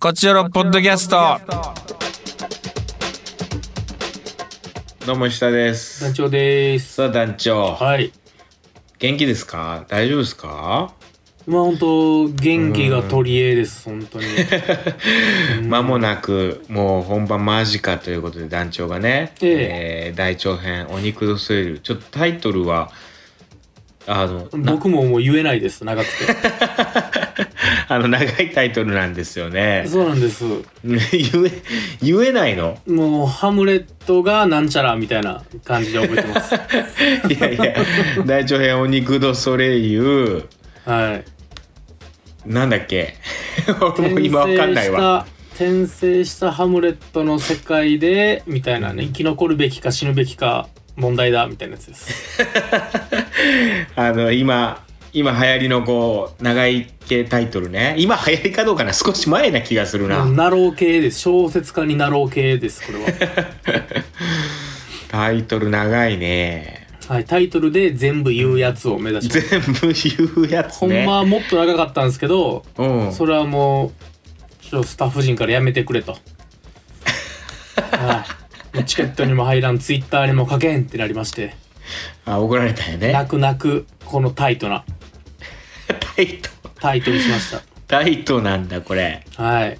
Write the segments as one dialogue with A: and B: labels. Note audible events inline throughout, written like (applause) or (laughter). A: こちらのポッドキャスト。
B: どうも石田です
C: 団。長です。
B: さあ団長、
C: はい。
B: 元気ですか？大丈夫ですか？
C: まあ本当元気が取り柄です本当に。
B: 間もなくもう本番間近ということで団長がね、
C: え
B: えー大長編お肉とスイルちょっとタイトルはあのな
C: (laughs) 僕ももう言えないです長く
B: (laughs) あの長いタイトルなんですよね (laughs)
C: て。。そうなんです。
B: 言え言えない (laughs) の？
C: もうハムレットがなんちゃらみたいな感じで覚えて
B: (laughs)
C: ます。
B: いやいや大長編お肉とソレイユ
C: はい。
B: なんだっけ？ (laughs) 俺も今わかんないわ。
C: 転生した。転生したハムレットの世界でみたいなね生き残るべきか死ぬべきか問題だみたいなやつです。
B: あの今今流行りのこう長い系タイトルね今流行りかどうかな少し前な気がするな、
C: ナロー系です小説家にナロー系ですこれは。
B: (laughs) タイトル長いね
C: はいタイトルで全部言うやつを目指してます
B: 全部言うやつ
C: ほん
B: ね
C: まはもっと長かったんですけど、
B: うん
C: それはもうちょっとスタッフ陣からやめてく
B: (laughs)
C: れとはいもうチケットにも入らんツイッターにも書けんってなりまして
B: あ怒られたよね
C: 泣く泣くこのタイトな
B: タイト
C: タイトにしまし
B: タイトなんだこれ
C: たはい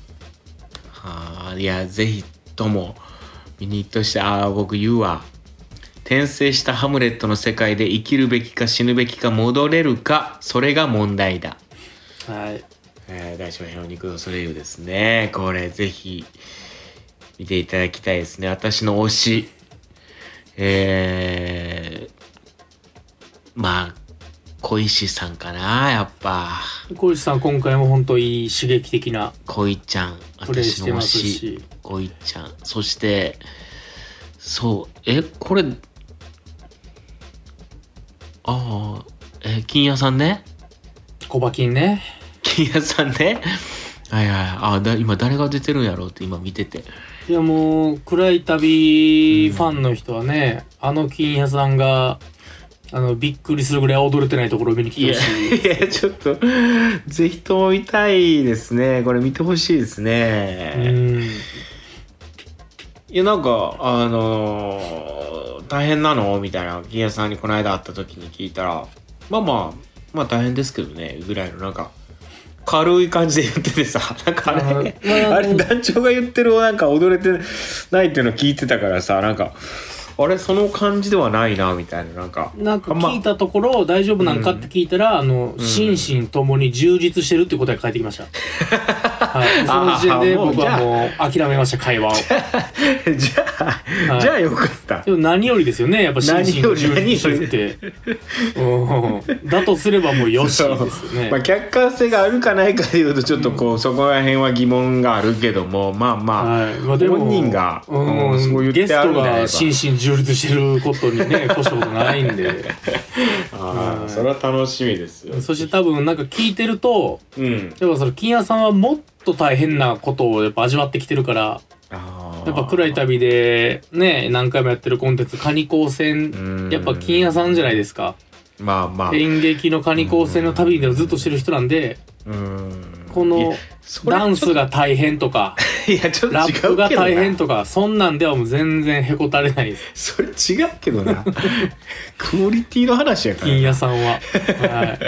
B: あーいやぜひとも見に行っとしてああ僕言うわ転生したハムレットの世界で生きるべきか死ぬべきか戻れるかそれが問題だ
C: はい
B: えー、大将ヘロ肉のソレイユですね。これぜひ見ていただきたいですね。私の推し。えー、まあ、小石さんかな、やっぱ。
C: 小石さん今回も本当いい刺激的な
B: 恋ちゃん。
C: プレイ
B: 私
C: して
B: の推
C: ます
B: し
C: し。
B: 恋ちゃん。そして、そう、え、これ、ああ、えー金屋さんね。
C: 小馬金ね
B: 金屋さんね。はいはい。あ、だ今誰が出てるんやろうって今見てて。
C: いやもう暗い旅ファンの人はね、あの金屋さんがあのびっくりするぐらい踊れてないところを見に来
B: いや、
C: てほしい
B: いや、ちょっと、ぜひとも見たいですね。これ見てほしいですね。
C: うん
B: いや、なんか、あのー大変なのみたいな、銀屋さんにこの間会った時に聞いたら、まあまあ、まあ大変ですけどね、ぐらいの、なんか、軽い感じで言っててさ、 (laughs) なんかあれ、
C: あーまあ
B: あれ、団長が言ってる、なんか踊れてないっていうの聞いてたからさ、なんか、あれ、その感じではないな、みたいな、なんか。
C: なんか
B: あんま (laughs)
C: 聞いたところ大丈夫なんかって聞いたら、あの心身ともに充実してるってことが返ってきま
B: (laughs)
C: した、はい、その時点で
B: あーもう
C: 僕はもう諦めました会話を
B: じゃあ、
C: はい
B: じゃあよかった
C: で。も何よりですよねやっぱ心身が充実してるってうんだとすればもうよしですよね
B: まあ、客観性があるかないかでいうとちょっとこう、そこら辺は疑問があるけどもまあまあ、
C: はいまあ、でも
B: 本人が、
C: うん
B: うんそう言
C: ゲ
B: っ
C: ス
B: てある
C: ト
B: んであれば
C: が心身充実してることにね越したことないんで
B: あー
C: うん
B: それは楽しみですよ。
C: そして多分なんか聞いてると
B: うん、
C: やっぱその金谷さんはもっと大変なことをやっぱ味わってきてるから
B: あー
C: やっぱ暗い旅でね何回もやってるコンテンツカニ光線
B: ん
C: やっぱ金屋さんじゃないですか
B: まあまあ
C: 演劇のカニ光線の旅でもずっとしてる人なんで
B: うん
C: こ
B: いや
C: の
B: それ
C: ダンスが大変とか
B: いやちょっと違
C: ラ
B: う
C: ッ
B: けど
C: プ
B: な
C: が大変とかそんなんではもう全然へこたれないです
B: それ違うけどな
C: (laughs)
B: クオリティの話やから
C: 金屋さんは。は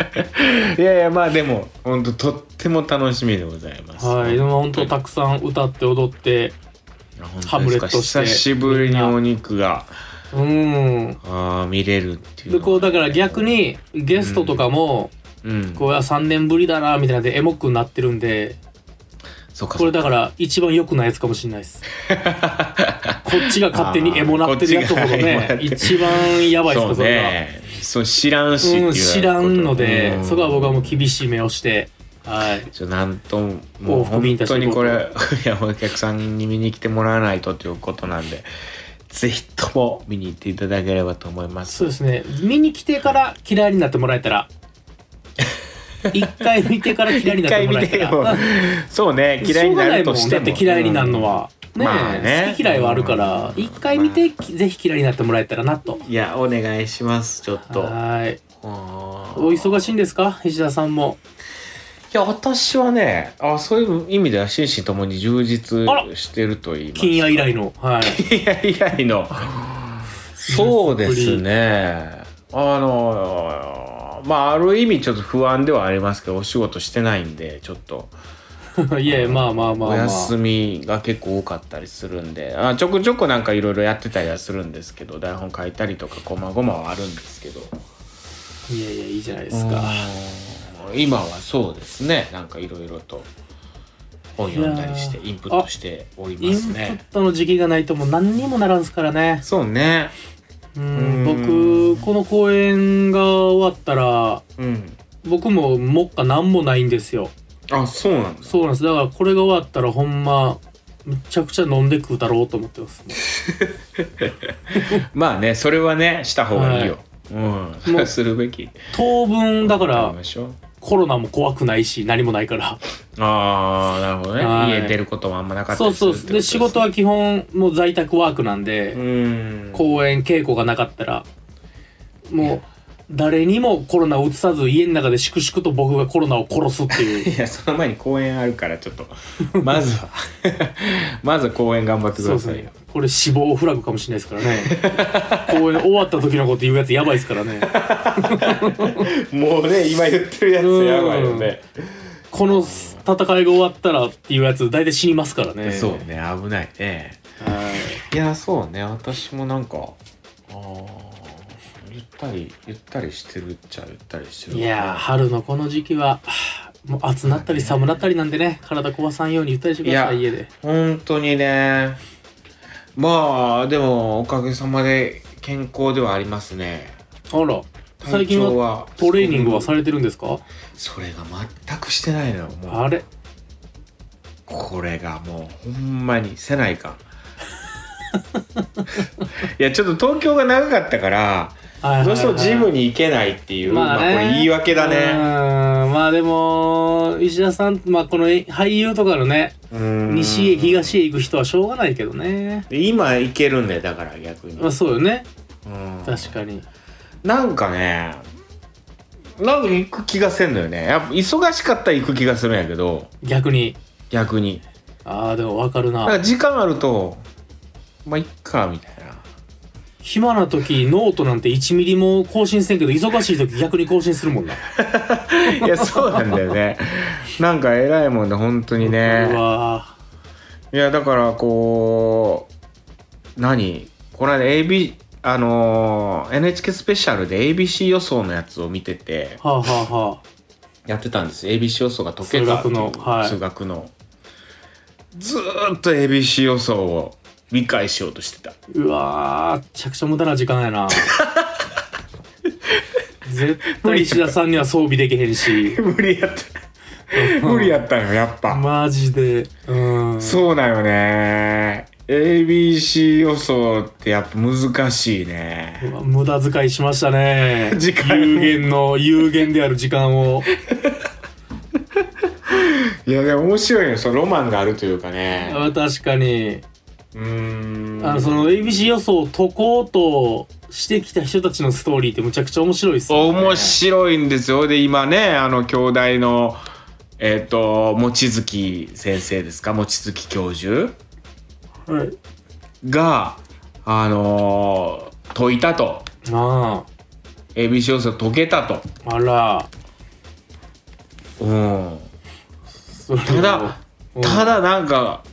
C: い
B: やいやまあでも本当とっても楽しみでございます。
C: い、はい、でも本当たくさん歌って踊って
B: ハ
C: ハ
B: ム
C: ム
B: レ
C: レ
B: ッ
C: ッ
B: ト
C: ト
B: 久しぶりにお肉が
C: うん。
B: あー見れるっていうの
C: で
B: は
C: こうだから逆にゲストとかも、
B: うん
C: こうあ3年ぶりだなみたいなんでエモくなってるんで
B: そうか
C: こ
B: そう
C: れ
B: か
C: だから一番良くないやつかもしれな
B: (laughs)
C: いですこっちが勝手にエモなってるやつほど
B: あー
C: ね
B: こっちがエモなって
C: 一番やばいです
B: そ
C: か
B: う
C: それ
B: ねそう知らんしっていうこ
C: が、うん、
B: と
C: 知らんので、
B: うん
C: そこは僕はもう厳しい目をしてはい
B: ちょなんとももう
C: 往復便
B: 本
C: 足し
B: 当
C: てい
B: にこ
C: こうと
B: れ (laughs) いやお客さんに見に来てもらわないとということなんでぜひとも見に行っていただければと思います
C: そうですね見に来てから嫌いになってもらえた
B: (laughs)
C: ら一回見てから嫌いになってもらえた
B: 一回
C: ら
B: 見てよそうね嫌いになるとしても
C: だって嫌いになるのは、
B: うん
C: ねえ
B: まあね
C: 好き嫌いはあるから
B: うん
C: 一回見て、ぜひ嫌いになってもらえたらなと
B: いやお願いしますちょっと
C: はい
B: お
C: お忙しいんですか石田さんも
B: いや、私はね、あそういう意味では心身ともに充実
C: あら
B: してると言いますか。
C: 金屋以来の。はい。
B: いや以外の。そうですね。あの、まあ、ある意味ちょっと不安ではありますけど、お仕事してないんで、ちょっと、
C: い (laughs) やいや、まあまあまあ、まあ。
B: お休みが結構多かったりするんで、あちょくちょくなんかいろいろやってたりはするんですけど、台本書いたりとか、こまごまはあるんですけど。
C: いやいや、いいじゃないです
B: う
C: か。
B: ん今はそうですねなんかいろいろと本読んだりして
C: いやー
B: インプットしており
C: イ
B: ま
C: ン
B: す
C: プッ
B: ね
C: トの時期がないともう何にもならんすからね。
B: そうね
C: うん
B: うん
C: 僕、この公演が終わったら、
B: うん
C: 僕も目下何もないんですよ。
B: あそうなんだ
C: そうなんです。だからこれが終わったらほんま、むちゃくちゃ飲んで食うだろうと思ってます。
B: まあねそれはねした方がいいよ、うん
C: もう
B: するべき
C: 当分、だか
B: や
C: ら
B: りましょう
C: コロナも怖くないし、何もないから。
B: ああなるほどね、
C: はい
B: 家出ることもあんまなかった
C: そう
B: りす
C: そ
B: るっ
C: う
B: てこと
C: で仕事は基本もう在宅ワークなんで、
B: うん
C: 公演稽古がなかったらもう誰にもコロナをうつさず家の中で粛々と僕がコロナを殺すっていう
B: いやその前に公演あるからちょっとまずはまずは公演頑張ってく
C: (laughs) そう
B: だ
C: です
B: さいよ
C: ねこれ死亡フラグかもしれないです (laughs) からね公演終わった時のこと言うやつやばいですからね
B: もうね今言ってるやつやばいよね、
C: この戦いが終わったらっていうやつ大体死にますからね
B: そうね危ないね
C: はい
B: いやそうね私もなんかあーゆったりゆったりしてるっちゃゆったりしてる
C: いやー春のこの時期ははあもう暑なったり寒なったりなんでね体壊さんようにゆったりしてください
B: い
C: 家で
B: 本当にねまあでもおかげさまで健康ではありますね
C: あら最
B: 体
C: 近は
B: 調は
C: トレーニングはされてるんですか
B: それが全くしてないのよもう
C: あれ
B: これがもうほんまにせないかん (laughs) いやちょっと東京が長かったからどうしてもジムに行けないっていう、まあ、これ言い訳だ
C: う
B: ね。
C: ーんまあでも石田さん、まあ、このえ俳優とかのね
B: うん
C: 西へ東へ行く人はしょうがないけどね
B: 今行けるんだよだから逆に、
C: まあそうよね
B: うん
C: 確かに
B: なんかねなんか行く気がせんのよねやっぱ忙しかったら行く気がするんやけど
C: 逆に
B: 逆に
C: ああでも分かる
B: なんか
C: な
B: 時間あるとまあいっかみたいな
C: 暇な時ノートなんて1ミリも更新せんけど忙しい時逆に更新するもんな
B: いやそうなんだよねなんか偉いもんで本当に
C: う
B: ね
C: わ
B: いやだからこう何この間 AB あのー NHK スペシャルで ABC 予想のやつを見てて
C: ーはあはあは
B: やってたんです ABC 予想が解けた
C: 数学の
B: っていう
C: はい
B: 数学のずーっと ABC 予想を理解しようと
C: (laughs)
B: してた
C: あうわーめちゃくちゃ無駄な時間
B: (laughs)
C: やな絶対石田さんには装備できへんし
B: 無理やった (laughs) 無理やったのやっぱ、
C: マジでうん
B: そうだよね ABC 予想ってやっぱ難しいね
C: うわ無駄遣いしましたね
B: (laughs) 時間
C: 有限の有限である時間を
B: いやでも面白いよそのロマンがあるというかね
C: あ確かに
B: うーん
C: あのその ABC 予想を解こうとしてきた人たちのストーリーってむちゃくちゃ面白いっすよね
B: 面白いんですよで今ねあの兄弟のえっ、と望月先生ですか望月教授
C: はい
B: が、あのー解いたと。
C: あ
B: ABC 予想解けたと。
C: ああら
B: うん。
C: それを
B: ただ
C: うん
B: ただなんか、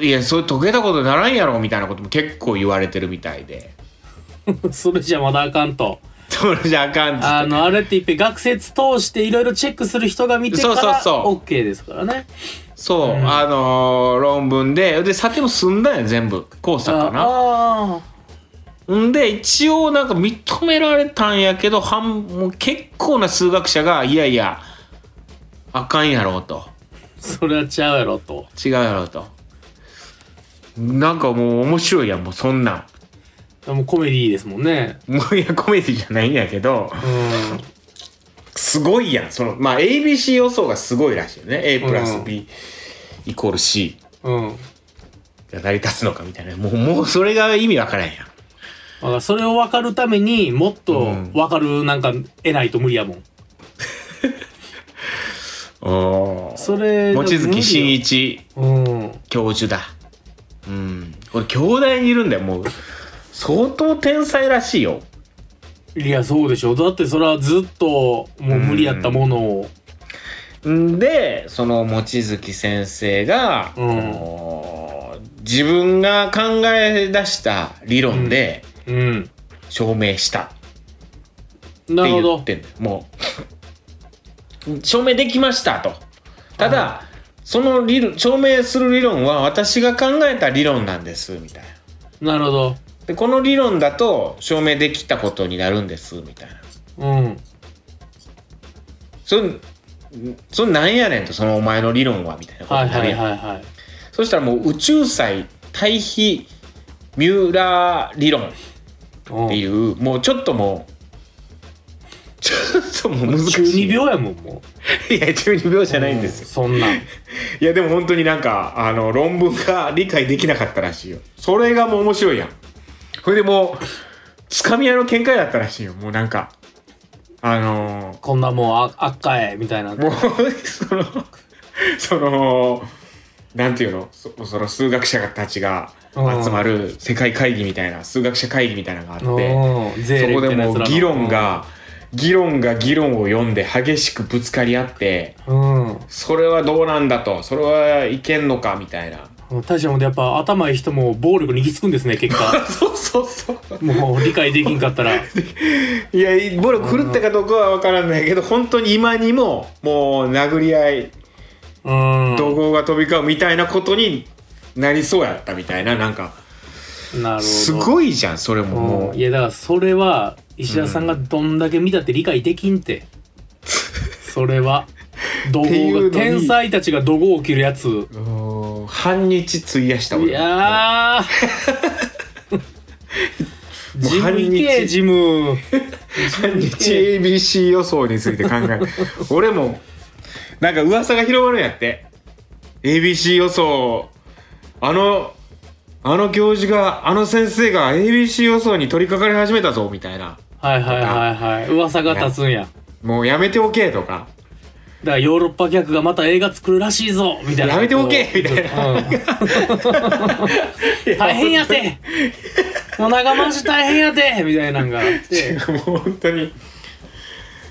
B: いや、それ解けたことにならんやろみたいなことも結構言われてるみたいで。 (laughs)
C: それじゃまだあかんと
B: それじゃあかんっつ
C: あ
B: っ
C: のあれっていっぺん学生通していろいろチェックする人が見てから
B: そうそうそう
C: OK ですからね
B: て。そう、
C: うん
B: あのー論文で。で、査定も済んだんや、全部。交差かな。
C: あ
B: んで、一応なんか認められたんやけど、半もう結構な数学者が、いやいや、あかんやろと。
C: あそれはちゃうやろと
B: 違うやろと。なんかもう面白いやん、もうそんなん。
C: もうコメディーですもんね
B: もういや、コメディじゃないんやけど、
C: うん
B: すごいやん。その、まあ、ABC 予想がすごいらしいよね。A
C: うん
B: プラス B イコール C
C: うん。
B: が成り立つのかみたいな。もう、もうそれが意味わからんやん。
C: だからそれを分かるためにもっと
B: うん
C: 分かるなんか得ないと無理やもん。
B: お
C: それ
B: 望月真
C: 一
B: 一
C: うん
B: 教授だうんこれ京大にいるんだよもう相当天才らしいよ
C: いやそうでしょだってそれはずっともう無理やったものを
B: んでその望月先生が、
C: うん
B: あのー自分が考え出した理論で
C: うん、
B: 証明したって
C: なるほ
B: 言
C: ど
B: ってんだよ、もう証明できましたとただ、その理論証明する理論は私が考えた理論なんですみたいな
C: なるほど
B: でこの理論だと証明できたことになるんですみたいな
C: うん
B: それんそれなんやねんとそのお前の理論はみたいなこと
C: はい
B: にな
C: は
B: る
C: い
B: やん
C: はいはい
B: そしたらもう宇宙祭対比ミューラー理論っ
C: うん
B: ていう、もうちょっともうちょっともう難
C: (laughs)
B: し
C: 中
B: い
C: 二病やもんもう
B: いや中二病じゃないんです
C: う
B: よ、
C: そんなん
B: いやでも本当になんかあの論文が理解できなかったらしいよそれがもう面白いやんこれでもうつかみ合いの見解だったらしいよもうなんかあのー、
C: こんなもんああっかえみたいな
B: もうそのそのなんていうのそその数学者たちが集まる世界会議みたいな数学者会議みたいなのがあって
C: うんゼー
B: そ
C: レ
B: こ
C: みた
B: で
C: いなや
B: も
C: つら
B: う
C: の
B: 議論が議論が議論を読んで激しくぶつかり合って
C: うん、
B: それはどうなんだとそれはいけんのかみたいな
C: うん、大したもんでやっぱ頭いい人も暴力に行き着くんですね
B: (laughs)
C: 結果
B: そうそうそう
C: もう理解できんかったら
B: いや暴力狂ったかどうかは分からないけど本当に今にももう殴り合い
C: うん
B: 怒号が飛び交うみたいなことになりそうやったみたいななんか
C: なるほど
B: すごいじゃんそれもも
C: うんいうやだからそれは石田さんがどんだけ見たって理解できん
B: (laughs)
C: って、それは怒
B: ってい
C: 号
B: う
C: が
B: のに
C: 天才たちが怒号を切るやついう
B: ーん半日費やした
C: やー
B: 俺も (laughs) もう
C: ジム行
B: 半
C: け
B: 日
C: ジム
B: 半日 ABC 予想について考え
C: (laughs)
B: る俺もなんか噂が広まるんやって ABC 予想あのあの教授があの先生が ABC 予想に取り掛かり始めたぞみたいな
C: はいはいはいはい噂が立つんやだか
B: もうやめておけとから
C: ヨーロッパ客がまた映画作るらしいぞみたいな
B: やめておけみたい (laughs) な
C: うん大変
B: (laughs)
C: やてもう長回し大変やてみたいなんがあ
B: (laughs)
C: って
B: もう本当に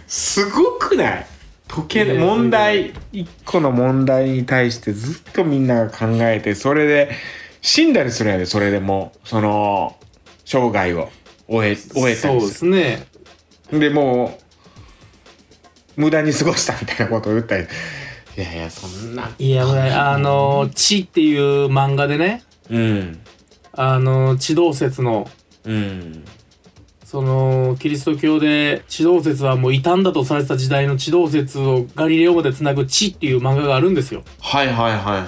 B: すごくない解けない
C: いや
B: 問題一個の問題に対してずっとみんなが考えてそれで死んだりするんやでそれでもうその生涯を終え終えた
C: そう
B: り
C: ですすね
B: るでもう無駄に過ごしたみたいなことを言ったりいやいやそんない
C: や、俺、あの、地っていう漫画でね、
B: うん
C: あの、地動説の、
B: うん
C: その、キリスト教で地動説はもう異端だとされてた時代の地動説をガリレオまでつなぐ地っていう漫画があるんですよ。
B: はいはいはいはい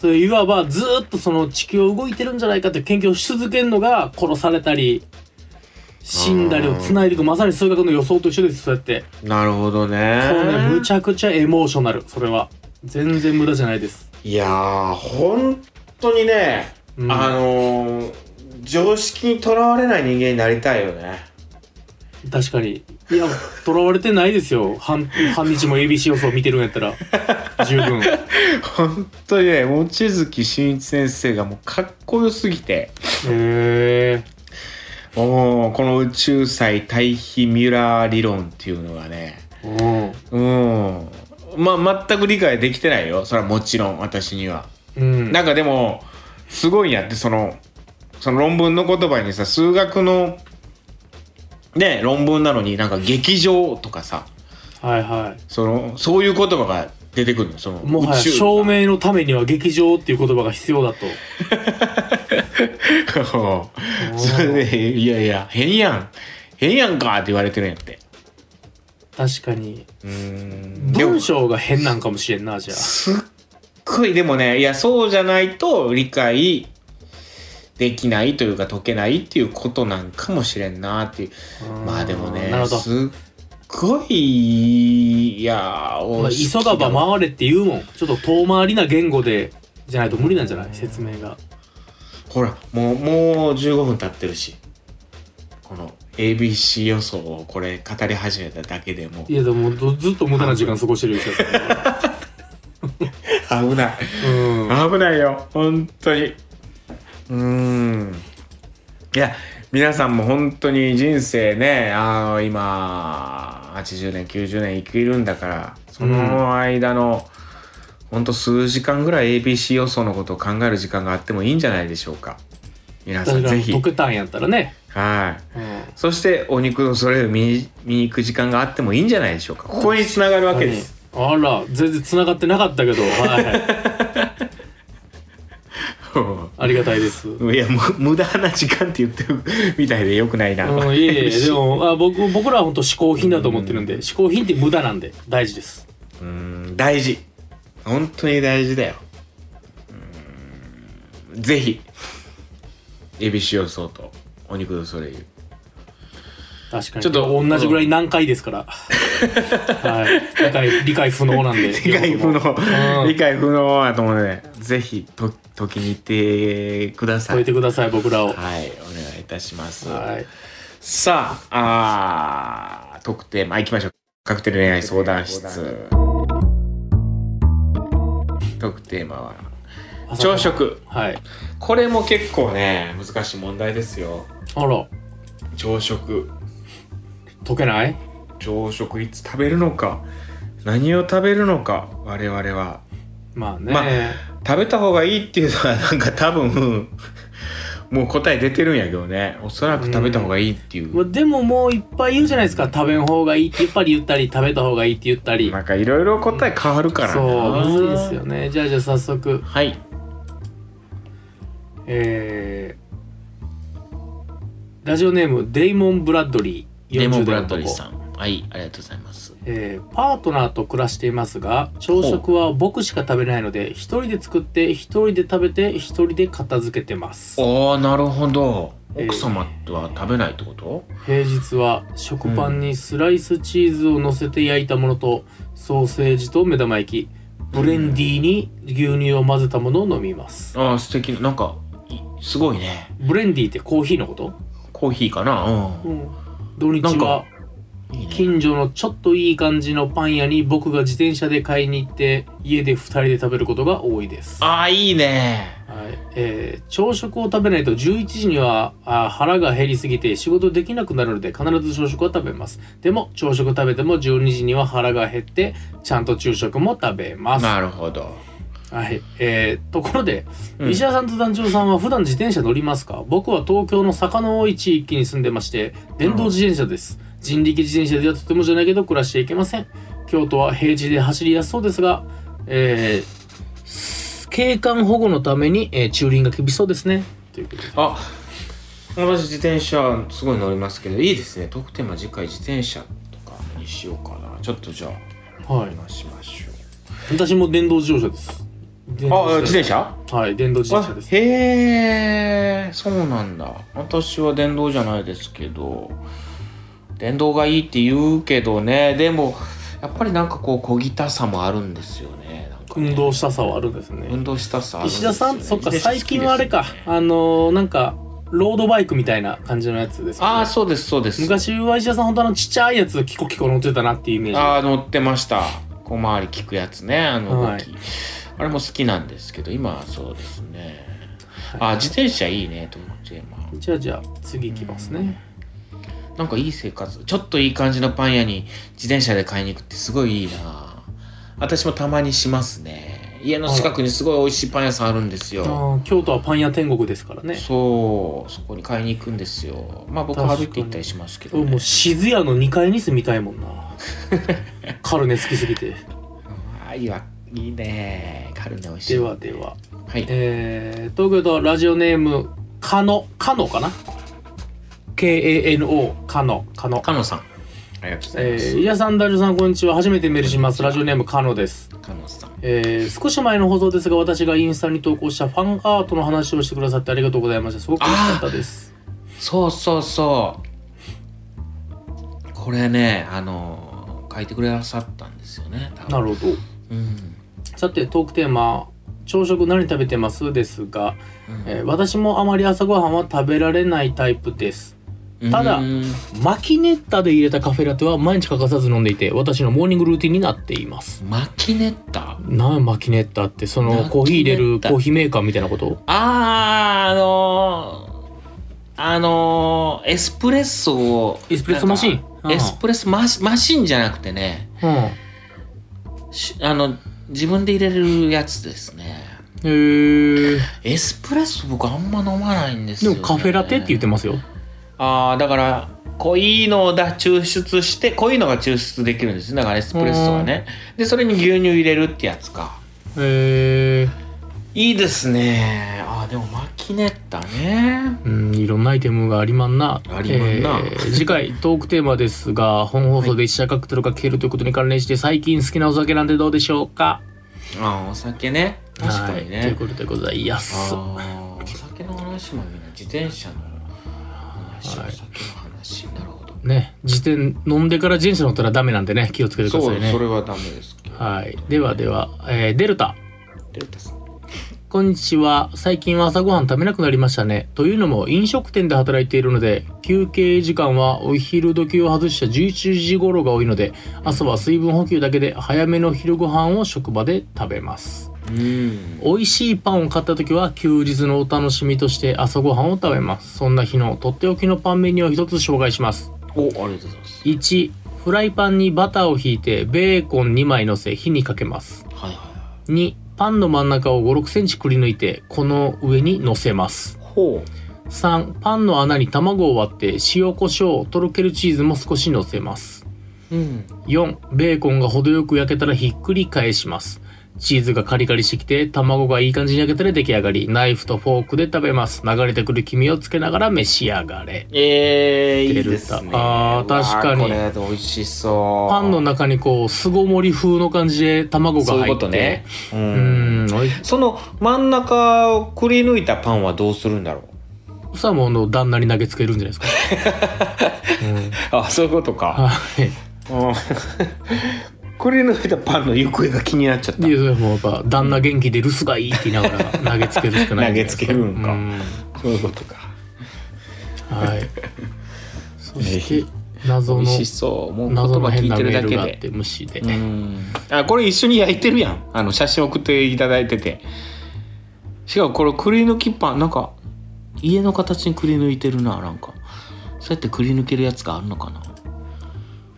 C: それいわばずーっとその地球を動いてるんじゃないかって研究をし続けるのが殺されたり、死んだりを繋いでいく、まさに数学の予想と一緒です、そうやって。
B: なるほどね
C: こうね、むちゃくちゃエモーショナル、それは。全然無駄じゃないです。
B: いやー本当にね
C: うん
B: あのー、常識にとらわれない人間になりたいよね。
C: 確かに。いや、とらわれてないですよ。半、半日も ABC 予想見てるんやったら。十
B: (laughs)
C: 分。
B: 本当にね、望月真一先生がもうかっこよすぎて、
C: へえ。
B: もうこの宇宙祭対比ミュラー理論っていうのがね、
C: うん。
B: うん。まあ、全く理解できてないよ。それはもちろん、私には。
C: うん。
B: なんかでも、すごいんやって、その、その論文の言葉にさ、数学の、ね、論文なのになんか劇場とかさ、
C: はいは
B: その、そういう言葉が出てくるのよその、
C: い。もはや、
B: 宇宙
C: 証明のためには劇場っていう言葉が必要だと。
B: (laughs) それで、いやいや、変やん。変やんかって言われてるんやって。
C: 確かに。
B: うーん。でも
C: 文、章が変なんかもしれんな、じゃあ。
B: すっごい、でもね、いや、そうじゃないと理解できないというか解けないっていうことなんかもしれんなっていう。
C: うん
B: まあでもね
C: なる、ほど。
B: すっごい、いや、
C: まあ、
B: お
C: 急がば回れって言うもん。ちょっと遠回りな言語で、じゃないと無理なんじゃない説明が。
B: ほら、もう、もう15分経ってるし。この ABC 予想をこれ語り始めただけでも
C: いやでもずずっと無駄な時間過ごしてるよ
B: (laughs)
C: 吉田さんは
B: 危ない
C: うん
B: 危ないよ本当にうーんいや皆さんも本当に人生ねあの今80年90年生きるんだからその間の、ほんと数時間ぐらい ABC 予想のことを考える時間があってもいいんじゃないでしょうか皆さ
C: 確
B: ん
C: か
B: ぜ
C: に
B: ひ
C: 解けたんやったらね、
B: はい
C: うん、
B: そしてお肉のそれを見に見に行く時間があってもいいんじゃないでしょうかここにつながるわけです
C: あら全然繋がってなかったけど (laughs) はいありがたいですう
B: いやむ無駄な時間って言ってる (laughs) みたいでよくないな、
C: んいえい
B: (laughs)
C: えでもあ僕僕らは本当嗜好品だと思ってるんで嗜好品って無駄なんで大事です
B: うん大事本当に大事だようんぜひエビ塩ソーとお肉のそ
C: (laughs)
B: れ
C: 確かに
B: ちょっと
C: 同じぐらい難解ですから、はい理解 (laughs) 理解不能なんで
B: 理解不
C: 両方とも
B: 能
C: うん
B: 理解不能だと思うのでぜひと解きに行ってくださ
C: 解
B: い
C: いてください僕らをは
B: はいお願いいたします、
C: い
B: さあ、あー特定、まあ、行きましょう。カクテル恋愛相談室。特テーマは朝食
C: はい
B: これも結構ね難しい問題ですよ
C: あら
B: 朝食
C: 解けない
B: 朝食いつ食べるのか何を食べるのか我々は
C: まあね、
B: ま食べた方がいいっていうのはなんか多分 (laughs) もう答え出てるんやけどねおそらく食べた方がいいっていう、
C: まあでももういっぱい言うじゃないですか食べん方がいいってやっぱり言ったり食べた方がいいって言ったり
B: なんかいろいろ答え変わるからな
C: そうむずいですよねじゃあじゃあ早速
B: はい
C: えーラジオネームデイモン・ブラッドリー
B: レモン
C: 40
B: ブ
C: 代
B: ラ
C: の
B: ッドリーさ
C: 男、
B: んはいありがとうございます
C: えーパートナーと暮らしていますが朝食は僕しか食べないので一人で作って一人で食べて一人で片付けてます
B: ああなるほど
C: えー
B: 奥様は食べないってこと、
C: 平日は食パンにスライスチーズを乗せて焼いたものと、ソーセージと目玉焼きブレンディーに牛乳を混ぜたものを飲みます、
B: ああ素敵ななんかいすごいね
C: ブレンディーってコーヒーのこと、
B: コーヒーかなう
C: うん、土日
B: なん
C: は
B: かんいいね
C: 近所のちょっといい感じのパン屋に僕が自転車で買いに行って家で2人で食べることが多いです、は
B: ああいいね
C: いえー朝食を食べないと11時にはあー腹が減りすぎて仕事できなくなるので必ず朝食は食べますでも朝食食べても12時には腹が減ってちゃんと昼食も食べます、
B: なるほど
C: はいえーところで、
B: うん
C: 石田さんと団長さんは普段自転車乗りますか僕は東京の坂の多い地域に住んでまして電動自転車です、人力自転車ではとてもじゃないけど暮らしていけません京都は平地で走りやすそうですが、えー景観保護のために、えー駐輪が厳しそうですねということで
B: あ私自転車すごい乗りますけどいいですね特典は次回自転車とかにしようかなちょっとじゃあ
C: はい
B: 話しましょ
C: 私も電動自動車です電
B: う
C: 動
B: あ自
C: 自
B: 転車
C: 車はい電動自転車です
B: あへえそうなんだ私は電動じゃないですけど電動がいいって言うけどねでもやっぱりなんかこう小ぎたさもあるんですよねなんかね
C: 運動したさはあるんですね
B: 運動したさあるんです
C: 石
B: よ、ね、
C: 田さん、そっか
B: 自転
C: 最
B: 車好き
C: 近
B: です
C: はあれかあのーなんかロードバイクみたいな感じのやつですよね
B: ああそうですそうです
C: 昔は石田さん本当あのちっちゃいやつキコキコ乗ってたなっていうイメージ
B: ああ乗ってました小回り効くやつねあの動き、
C: は
B: あれも好きなんですけど今はそうですね、あ自転車いいねと思って今
C: じゃあじゃあ次いきますね
B: なんかいい生活ちょっといい感じのパン屋に自転車で買いに行くってすごいいいな私もたまにしますね家の近くにすごい美味しいパン屋さんあるんです
C: あ
B: よ
C: ー京都はパン屋天国ですからね
B: そうそこに買いに行くんですよまあ僕
C: 確か
B: 歩
C: に
B: いて行ったりしますけど、
C: 俺も
B: ね
C: う、静谷の2階に住みたいも
B: (laughs)
C: んなカルネ好きすぎて
B: あいいわいいねカルネ美味しい
C: ではでは
B: はい
C: えー、東京都ラジオネームかのかのかな KANO かのかの
B: カノさんありがとうござい
C: え
B: ます、
C: ー、伊田さん、ダルさん、こんにちは。初めてメールします。ラジオネーム、カノです。
B: カノさん
C: えー、少し前の放送ですが、私がインスタに投稿したファンアートの話をしてくださってありがとうございました。すごく嬉しかったです。
B: そうそうそうこれねあの書いてくださったんですよね多分
C: なるほど。
B: うん
C: さて、トークテーマ、朝食何食べてますですが、
B: うん
C: えー私もあまり朝ごはんは食べられないタイプです。ただ
B: うーん
C: マキネッタで入れたカフェラテは毎日欠かさず飲んでいて私のモーニングルーティンになっています
B: マキネッタ
C: なあマキネッタってその
B: マキネッタ
C: コーヒー入れるコーヒーメーカーみたいなこと
B: あーあのー、あのー、エスプレッソを
C: エスプレッソマシン
B: なんかエスプレッソマシマシンじゃなくてね
C: うんへ
B: しあの自分で入れるやつですね
C: え
B: エスプレッソ僕あんま飲まないんです
C: で
B: よ、
C: も
B: ね、
C: カフェラテって言ってますよ
B: ああだから濃いのだ抽出して濃いのが抽出できるんですだからエスプレッソがねでそれに牛乳入れるってやつか
C: へえ
B: いいですねあーでもマキネッタね
C: うん、いろんなアイテムがありまんな。
B: ありまんな
C: ー次回トークテーマですが、本放送で一社カクテルが聞けるということに関連して、最近好きなお酒なんてどうでしょうか
B: あーお酒ね確かにね、
C: はいということでございます。
B: あーお酒の話もいいな自転車の話、
C: はい
B: お酒の話なるほど
C: ね、自転、飲んでから自転車乗ったらダメなんでね、気をつけてくださいね。
B: れはダメですけど
C: はい。ではでは、えーデルタ。
B: デルタさん
C: こんにちは。最近は朝ごはん食べなくなりましたね。というのも飲食店で働いているので、休憩時間はお昼時を外した11時頃が多いので、朝は水分補給だけで早めの昼ご飯を職場で食べます。
B: うん
C: 美味しいパンを買った時は休日のお楽しみとして朝ごはんを食べます。そんな日のとっておきのパンメニューを一つ紹介します。
B: おありがとうございます
C: 1、フライパンにバターをひいてベーコン2枚乗せ火にかけます。
B: はいはいは
C: 2パンの真ん中を56センチくり抜いてこの上に乗せます
B: いほ
C: 3パンの穴に卵を割って塩コショウとろけるチーズも少し乗せます
B: ううん
C: 4ベーコンが程よく焼けたらひっくり返しますチーズがカリカリしてきて卵がいい感じに焼けたら出来上がりナイフとフォークで食べます流れてくる黄身をつけながら召し上がれ
B: えー、い
C: デル
B: い
C: タ
B: ですね
C: あ
B: う
C: ー
B: わー
C: 確かに
B: これ美味しそう
C: パンの中にこう巣ごもり風の感じで卵が
B: そう
C: 入っ
B: いうこ
C: て
B: とねう
C: うんんおい
B: その真ん中をくり抜いたパンはどうするんだろう
C: さあもうあの旦那に投げつけるんじゃないですか、うん
B: あそういうことか
C: はい。
B: うん (laughs) くり抜いたパンの行方が気になっちゃった
C: で、それもやっぱ、旦那元気で留守がいいって言いながら投げつけるしかないんじゃないですか。
B: (laughs) 投げつけるんか
C: うん
B: そういうことか
C: はい。そ
B: ぜ
C: して
B: ひ、
C: 謎
B: 美
C: の
B: 味、しそうもう言葉
C: 謎の
B: 聞
C: 変
B: い
C: な
B: て
C: メ
B: るだ
C: ー
B: け
C: ルがあっ
B: で
C: て、無視で。
B: うんあこれ一緒に焼いてるやんあの写真送っていただいててしかもこれくり抜きパンなんか家の形にくり抜いてるななんかそうやってくり抜けるやつがあるのかな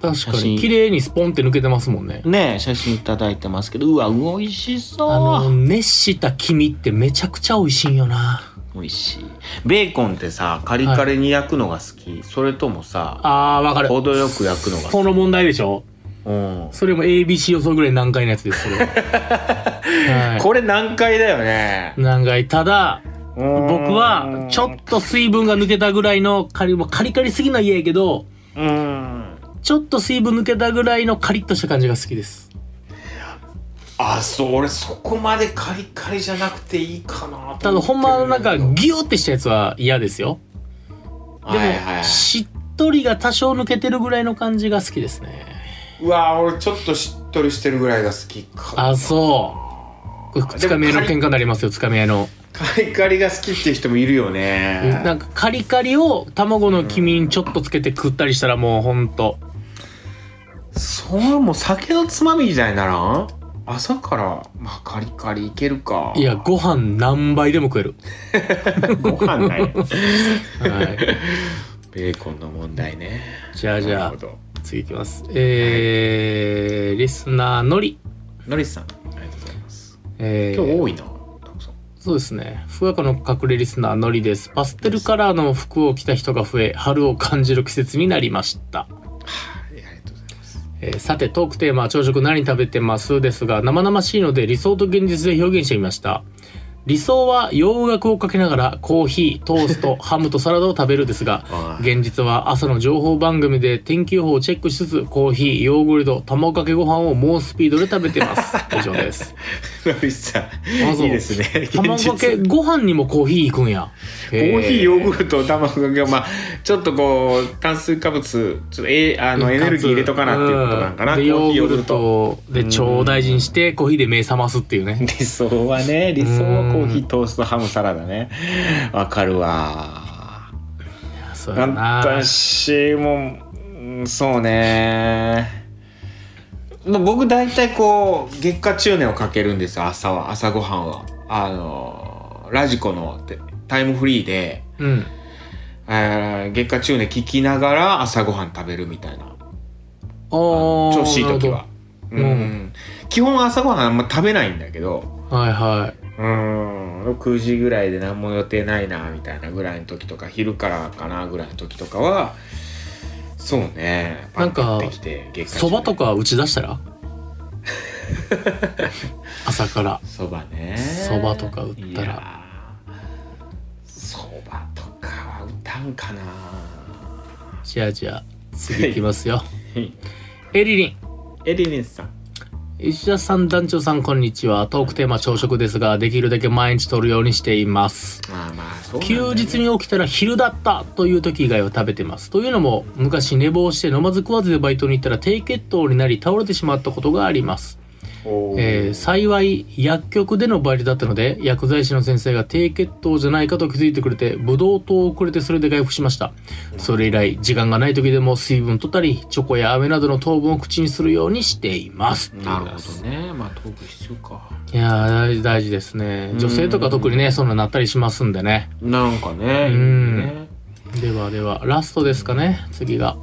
C: 確
B: 写
C: か
B: 真
C: に、綺麗にスポンって抜けてますもんね。
B: ねえ写真いただいてますけどうわ美味しそう
C: あの、熱した黄身ってめちゃくちゃ美味しいんよな。
B: 美味しいベーコンってさカリカリに焼くのが好き、それともさ
C: あー、わかる。
B: 程よく焼くのが好
C: この問題でしょ
B: き、うん、
C: それも ABC 予想ぐらい難解なやつです、それ
B: (laughs)
C: は。はい
B: これ難解だよね
C: 難解。ただ、僕はちょっと水分が抜けたぐらいのカリもうカリカリすぎないやけど
B: とうん
C: ちょっと水分抜けたぐらいのカリッとした感じが好きです
B: あそう俺そこまでカリカリじゃなくていいかな
C: ただほんまなんかギューってしたやつは嫌ですよ
B: で
C: でも、しっとりが多少抜けてるぐらいの感じが好きですね
B: うわ俺ちょっとしっとりしてるぐらいが好きか
C: あそうこれつかみ合いの喧嘩になりますよつかみ合いの
B: カリカリが好きっていう人もいるよね
C: なんかカリカリを卵の黄身にちょっとつけて食ったりしたらもうほんと
B: そうもう酒のつまみみたいにならん朝からまあカリカリいけるか
C: いやご飯何倍でも食える、
B: ご飯ない
C: (laughs) はい、
B: ベーコンの問題ね
C: じゃあじゃ
B: な
C: あ
B: るほど
C: 次いきます。えーリスナーのり。
B: のりさんありがとうございます
C: えー
B: 今日多いなたくさん
C: そうですね。福岡の隠れリスナーのりです。パステルカラーの服を着た人が増え、春を感じる季節になりました。
B: はいありがとうございます
C: えーさてトークテーマは朝食何食べてますですが生々しいので理想と現実で表現してみました理想は洋楽をかけながらコーヒートーストハムとサラダを食べるですが
B: ああ
C: 現実は朝の情報番組で天気予報をチェックしつつコーヒーヨーグルト卵かけご飯を猛スピードで食べてます
B: (laughs)
C: 以上です
B: のりさ
C: あ
B: ん
C: そう
B: いいですね現実
C: 卵かけご飯にもコーヒーいくんやコ
B: コーヒー、ヨーグルト、卵かけが、まあ、ちょっとこう、炭水化物、ちょっとえあのエネルギー入れとかなっていうことなんかな。
C: で
B: コ
C: ヨ
B: ヒ
C: ーグル。トで超大事にしてコーヒーで目覚ますっていうね
B: 理想はね、理想はコーヒ
C: う
B: ー、トースト、ハム、サラダね。わかるわ。
C: そうやな
B: 私もうんそうねまあ僕大体こう月下中年をかけるんですよ朝は朝ごはんはあのラジコのてタイムフリーで、
C: うん
B: えー月下中年聞きながら朝ごはん食べるみたいな
C: お
B: 調子いい時は、
C: るほど
B: う
C: うん
B: ん、基本朝ごはんあんま食べないんだけど、
C: はいは
B: うーん6時ぐらいで何も予定ないなみたいなぐらいの時とか昼からかなぐらいの時とかはそうねパン買ってきて
C: い
B: 月
C: そばとか打ち出し
B: (laughs)
C: たら朝から
B: そばね
C: 蕎麦とか売ったら
B: いやーそばとかは売ったんかな
C: じゃあじゃあ次いきますよ
B: はい
C: エリリン
B: エリネスさん
C: 石田さん団長さんこんにちはトークテーマ朝食ですができるだけ毎日取るようにしています
B: まあまあそうなんだよ
C: 休
B: ね
C: 日に起きたら昼だったという時以外は食べてますというのも昔寝坊して飲まず食わずでバイトに行ったら低血糖になり倒れてしまったことがあります、
B: おー
C: えー幸い薬局でのバイトだったので薬剤師の先生が低血糖じゃないかと気づいてくれてブドウ糖をくれてそれで回復しましたそれ以来時間がない時でも水分取ったりチョコや飴などの糖分を口にするようにしています
B: なるほどねまあトーク必要か
C: いやー大事大事ですね女性とか特にねそんななったりしますんでね
B: なんかね
C: うん
B: ね
C: ではではラストですかね次が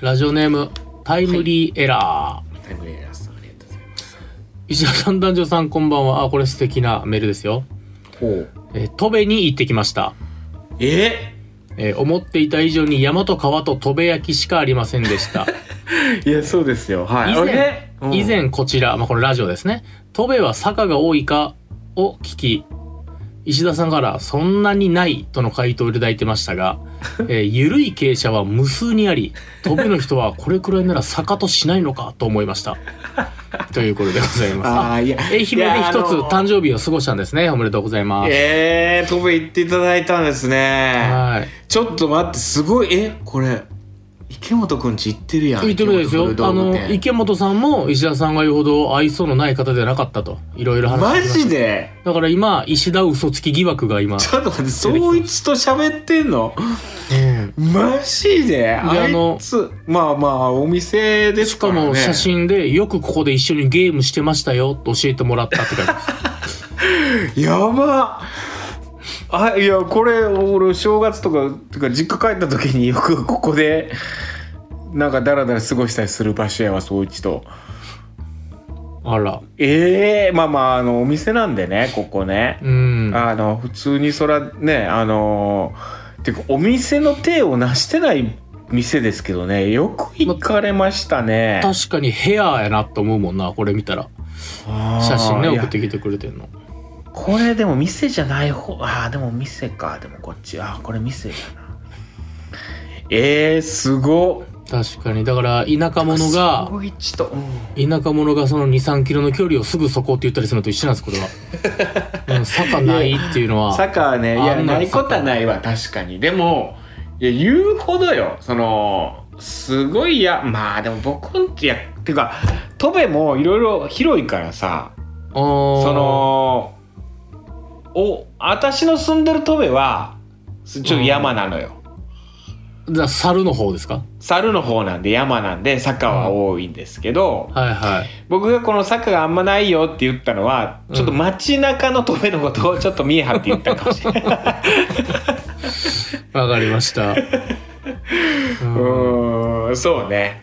C: ラジオネームタイムリーエラー、
B: タイムレーラーさんありがとうございます
C: 石田さん男女さんこんばんはあこれ素敵なメールですよ
B: ほう
C: えー戸部に行ってきました
B: え (laughs)
C: えー思っていた以上に山と川と戸部焼きしかありませんでした
B: いや、そうですよ。はい。
C: 以
B: あれ (laughs) う
C: 前、
B: ん
C: 以。前こちら、まあ、これラジオですね戸部は坂が多いかを聞き石田さんから「そんなにない」との回答をいただいてました
B: (laughs)
C: が、えー緩い傾斜は無数にあり戸部の人はこれくらいなら坂としないのかと思い
B: (laughs)
C: ましたということでございます
B: あ
C: あ
B: あ、いや。
C: 愛媛で一つ
B: いやあの
C: 誕生日を過ごしたんですねおめでとうございます
B: ええー、飛べ行っていただいたんですね。
C: はい
B: ちょっと待って、すごい、え、これ。池本くんち行ってるやん。
C: 言ってるんですよ
B: 池
C: あ
B: 本古道具
C: の
B: 店
C: 池本さんも石田さんが言うほど愛想のない方ではなかったといろいろ話して
B: マ
C: きました
B: ジで。
C: だから今石田嘘つき疑惑が今
B: ちょっと待って、総一と喋ってんの。
C: うん
B: マジで。あ
C: あの
B: いつ、まあまあ、お店で
C: し
B: すか、
C: から
B: ね。
C: も写。真で、よくここで一緒にゲームしてましたよ、と教えてもらったって書い
B: (laughs)
C: てます。
B: やば。あいやこれ俺正月とかとか実家帰った時によくここでなんかダラダラ過ごしたりする場所やわそう一と
C: あら。
B: ええまあまああのお店なんでねここね
C: う、ん。
B: あの普通にそらねあのてかお店の手をなしてない店ですけどねよく行かれましたね、
C: 確かにヘアやなと思うもんな、これ見たら。
B: あー
C: 写真ね、
B: いや
C: 送ってきてくれてんの。
B: これでも店じゃない方ああでも店かでもこっちああこれ店だなえー、すごっ
C: 確かに。だから、田舎者が、
B: 総一と、うん
C: 田舎者がその2、3キロの距離をすぐそこって言ったりするのと一緒なんです、これ
B: (laughs)
C: は。うん、坂ないっていうのは。
B: サッカーねい
C: あ
B: や
C: んなの
B: ないことはないわ確かにでもいや言うほどよそのすごいいやまあでも僕んちいやっていうか戸部もいろいろ広いからさ
C: そ
B: そ、のお私の住んでる戸部はすちょっと山なのよ、
C: じゃあ猿の方ですか
B: 猿の方なんで山なんで坂は多いんですけど、
C: はいはい。
B: 僕がこの坂があんまないよって言ったのは、
C: うん
B: ちょっと街中の戸部のことをちょっと見え張って言ったかもしれない。
C: わかりました。うん
B: うーんそうね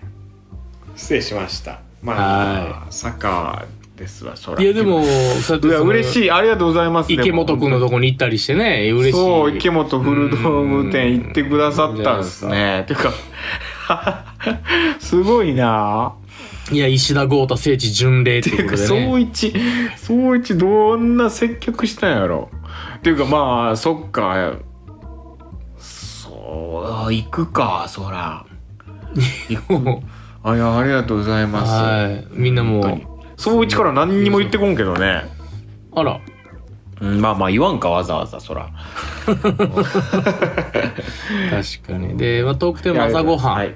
B: 失礼しましたま
C: は
B: あサッカーですわそら
C: いや、でも、そうやって
B: い
C: そ
B: や
C: の
B: 嬉しいありがとうございます
C: 池本くんのとこに行ったりしてね、嬉しい。
B: そう池本古道具店行ってくださったんですねていうか (laughs) すごいない
C: や、石田豪太聖地巡礼って
B: て
C: いう
B: い
C: こ
B: うか
C: とで
B: 総
C: ね。
B: 一 (laughs) 総一どんな接客したんやろっていうかまあそっかそう行くかそら行くあいやありがとうございます、
C: はい。みんなもう、
B: そういちから何にも言ってこんけどね。
C: あら、
B: うんまあまあ言わんかわざわざそら。
C: 確かに。で、まあ、トークテーマ朝ごはん。
B: はい。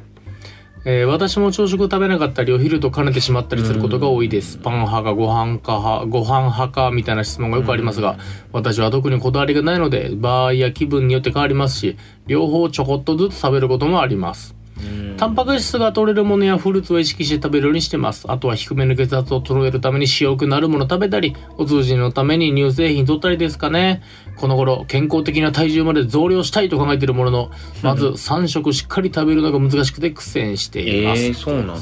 C: えー私も朝食を食べなかったりお昼と兼ねてしまったりすることが多いです、パン派かご飯か派ご飯派かみたいな質問がよくありますが、私は特にこだわりがないので場合や気分によって変わりますし両方ちょこっとずつ食べることもあります
B: うん
C: タンパク質が取れるものやフルーツを意識して食べるようにしてます。あとは低めの血圧を取れるために塩くなるもの食べたり、お通じのために乳製品取ったりですかね。この頃、健康的な体重まで増量したいと考えているものの、まず3食しっかり食べるのが難しくて苦戦しています。
B: えー、そうなんだ
C: はい。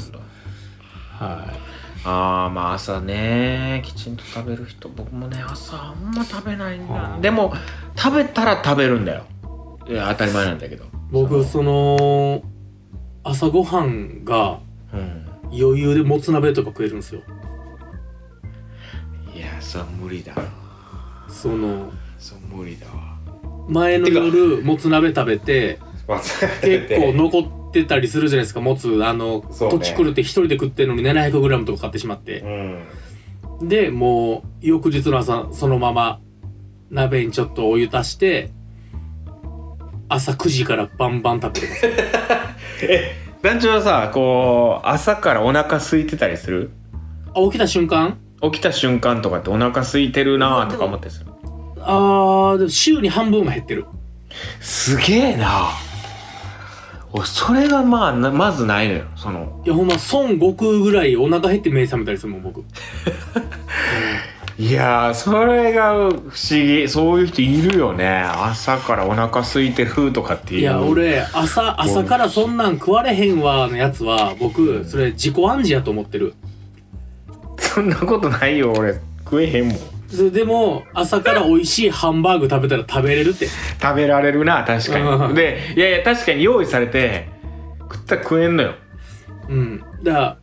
B: ああまあ朝ねきちんと食べる人僕もね朝あんま食べないんだでも食べたら食べるんだよいや当たり前なんだけど
C: 僕、その、朝ごはんが
B: うん
C: 余裕でもつ鍋とか食えるんですよ。
B: いやそれは無理だ
C: その、
B: それは無理だわ
C: 前の夜、もつ鍋食べて、結構
B: の
C: 残ってたりするじゃないですかもつあの、
B: そうね
C: 時来るって一人で食ってるのに 700g とか買ってしまって
B: うん
C: でもう翌日の朝そのまま鍋にちょっとお湯足して朝9時からバンバン食べてます
B: 団長はさこう朝からお腹空いてたりする
C: あ起きた瞬間
B: 起きた瞬間とかってお腹空いてるなーとか思ってする
C: あーでも週に半分は減ってる
B: すげえなおそれがまあなまずないのよその
C: いやほんま孫悟空ぐらいお腹減って目覚めたりするもん僕
B: いやーそれが不思議そういう人いるよね朝からお腹空いてるとかっていう
C: い
B: い
C: や俺朝朝からそんなん食われへんわのやつは僕それ自己暗示やと思ってる
B: そんなことないよ俺食えへんもん
C: それでも朝から美味しいハンバーグ食べたら食べれるって
B: 食べられるな確か
C: う
B: に
C: ん
B: でいやいや確かに用意されて食ったら食えんのよ
C: うんだから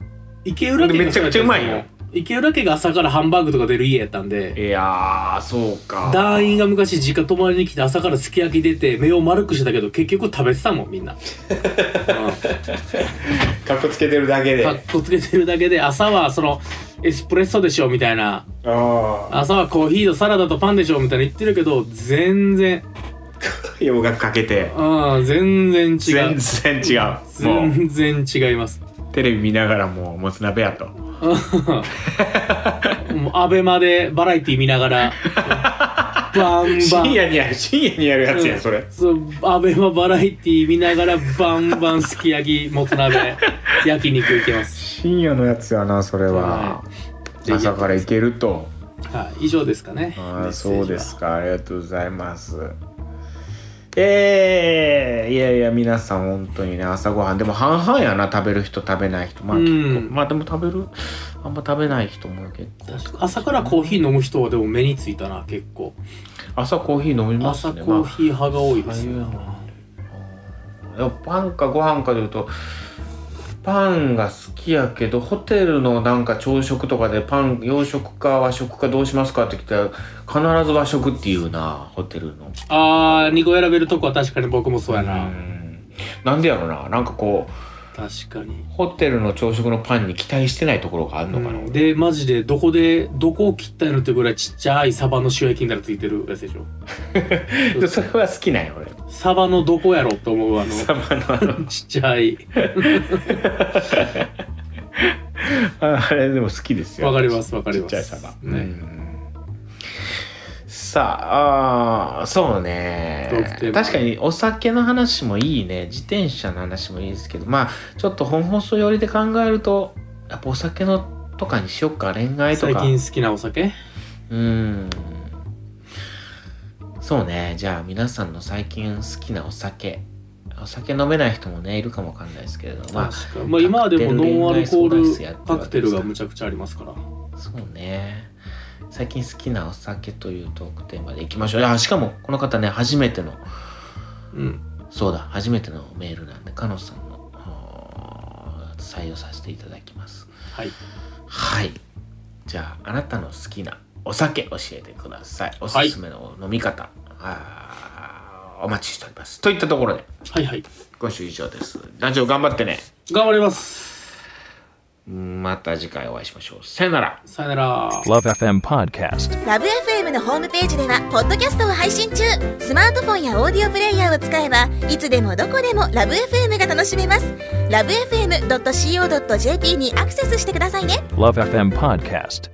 C: 池浦家が
B: めちゃくちゃうまいよ
C: 池浦家が朝からハンバーグとか出る家やったんで
B: いやーそうか
C: 団員が昔実家泊まりに来て朝からすき焼き出て目を丸くしてたけど結局食べてたもんみんな、うん
B: かっこつけてるだけで
C: かっこつけてるだけで朝はそのエスプレッソでしょみたいな
B: ああ
C: 朝はコーヒーとサラダとパンでしょみたいな言ってるけど全然
B: 洋楽かけて
C: うん全然違
B: 全
C: う
B: 然違うもう
C: 全然違います
B: テレビ見ながらもうもつ鍋やと
C: うんもうアベマでバラエティ見ながらバンバ
B: 深
C: ン
B: 夜にやる深夜にやるやつやんそれ
C: そうアベマバラエティ見ながらバンバンすき焼きもつ鍋焼肉いけます、
B: 深夜のやつやなそれ
C: は
B: 朝からいけると
C: はい、以上ですかね
B: あ
C: メッ
B: あ
C: セージは
B: そうですかありがとうございますえー、いやいや皆さん本当にね朝ごはんでも半々やな食べる人食べない人まあ
C: うん
B: 結構、まあでも食べるあんま食べない人も結構
C: 確か朝からコーヒー飲む人はでも目についたな結構
B: 朝コーヒー飲みます
C: 朝
B: ね
C: コーヒー派が多い
B: ま
C: で
B: あ
C: す、
B: そういう
C: ね
B: のはあるでもパンかご飯かでいうとパンが好きやけどホテルのなんか朝食とかでパン洋食か和食かどうしますかって来たら必ず和食っていうなホテルの
C: あー2個選べるとこは確かに僕もそうやな、
B: うんなんでやろうななんかこ
C: 確かに
B: うホテルの朝食のパンに期待してないところがあるのかな、
C: うんでマジでどこでどこを切ったんやろってぐらいちっちゃいサバの塩焼きみたいなのついてるやつでしょ
B: でそれは好きなんや俺
C: サバのどこやろと思うあの
B: (laughs) サバのあの
C: ちっちゃい
B: あれでも好きですよ
C: わかりますわかります
B: ちっちゃいサバ、
C: ね
B: うんさああーそうね
C: トークテーマ
B: 確かにお酒の話もいいね自転車の話もいいですけどまあちょっと本放送寄りで考えるとやっぱお酒のとかにしよっか恋愛と
C: 最
B: か
C: 近好きなお酒
B: うんそうねじゃあ皆さんの最近好きなお酒お酒飲めない人もねいるかもわかんないですけれどまあ
C: 確かまあ今はでもノンアルコールカクテルがむちゃくちゃありますから
B: そうね最近好きなお酒というトークテーマでいきましょうあしかもこの方ね初めての
C: うん
B: そうだ初めてのメールなんでかのさんのあー採用させていただきます
C: はい
B: はいじゃああなたの好きなお酒教えてくださいおすすめの飲み方、あーお待ちしておりますといったところで
C: はいはい
B: 今週以上です団長頑張ってね
C: 頑張ります
B: また次回お会いしましょうさよなら
C: さよなら
A: Love FM Podcast.
D: ラブ f m のホームページではポッドキャストを配信中
A: スマートフォンやオーディオプレイヤーを使えばいつでもどこでもラブ f m が楽しめますラブ FM.co.jp にアクセスしてくださいね
D: Love FM Podcast.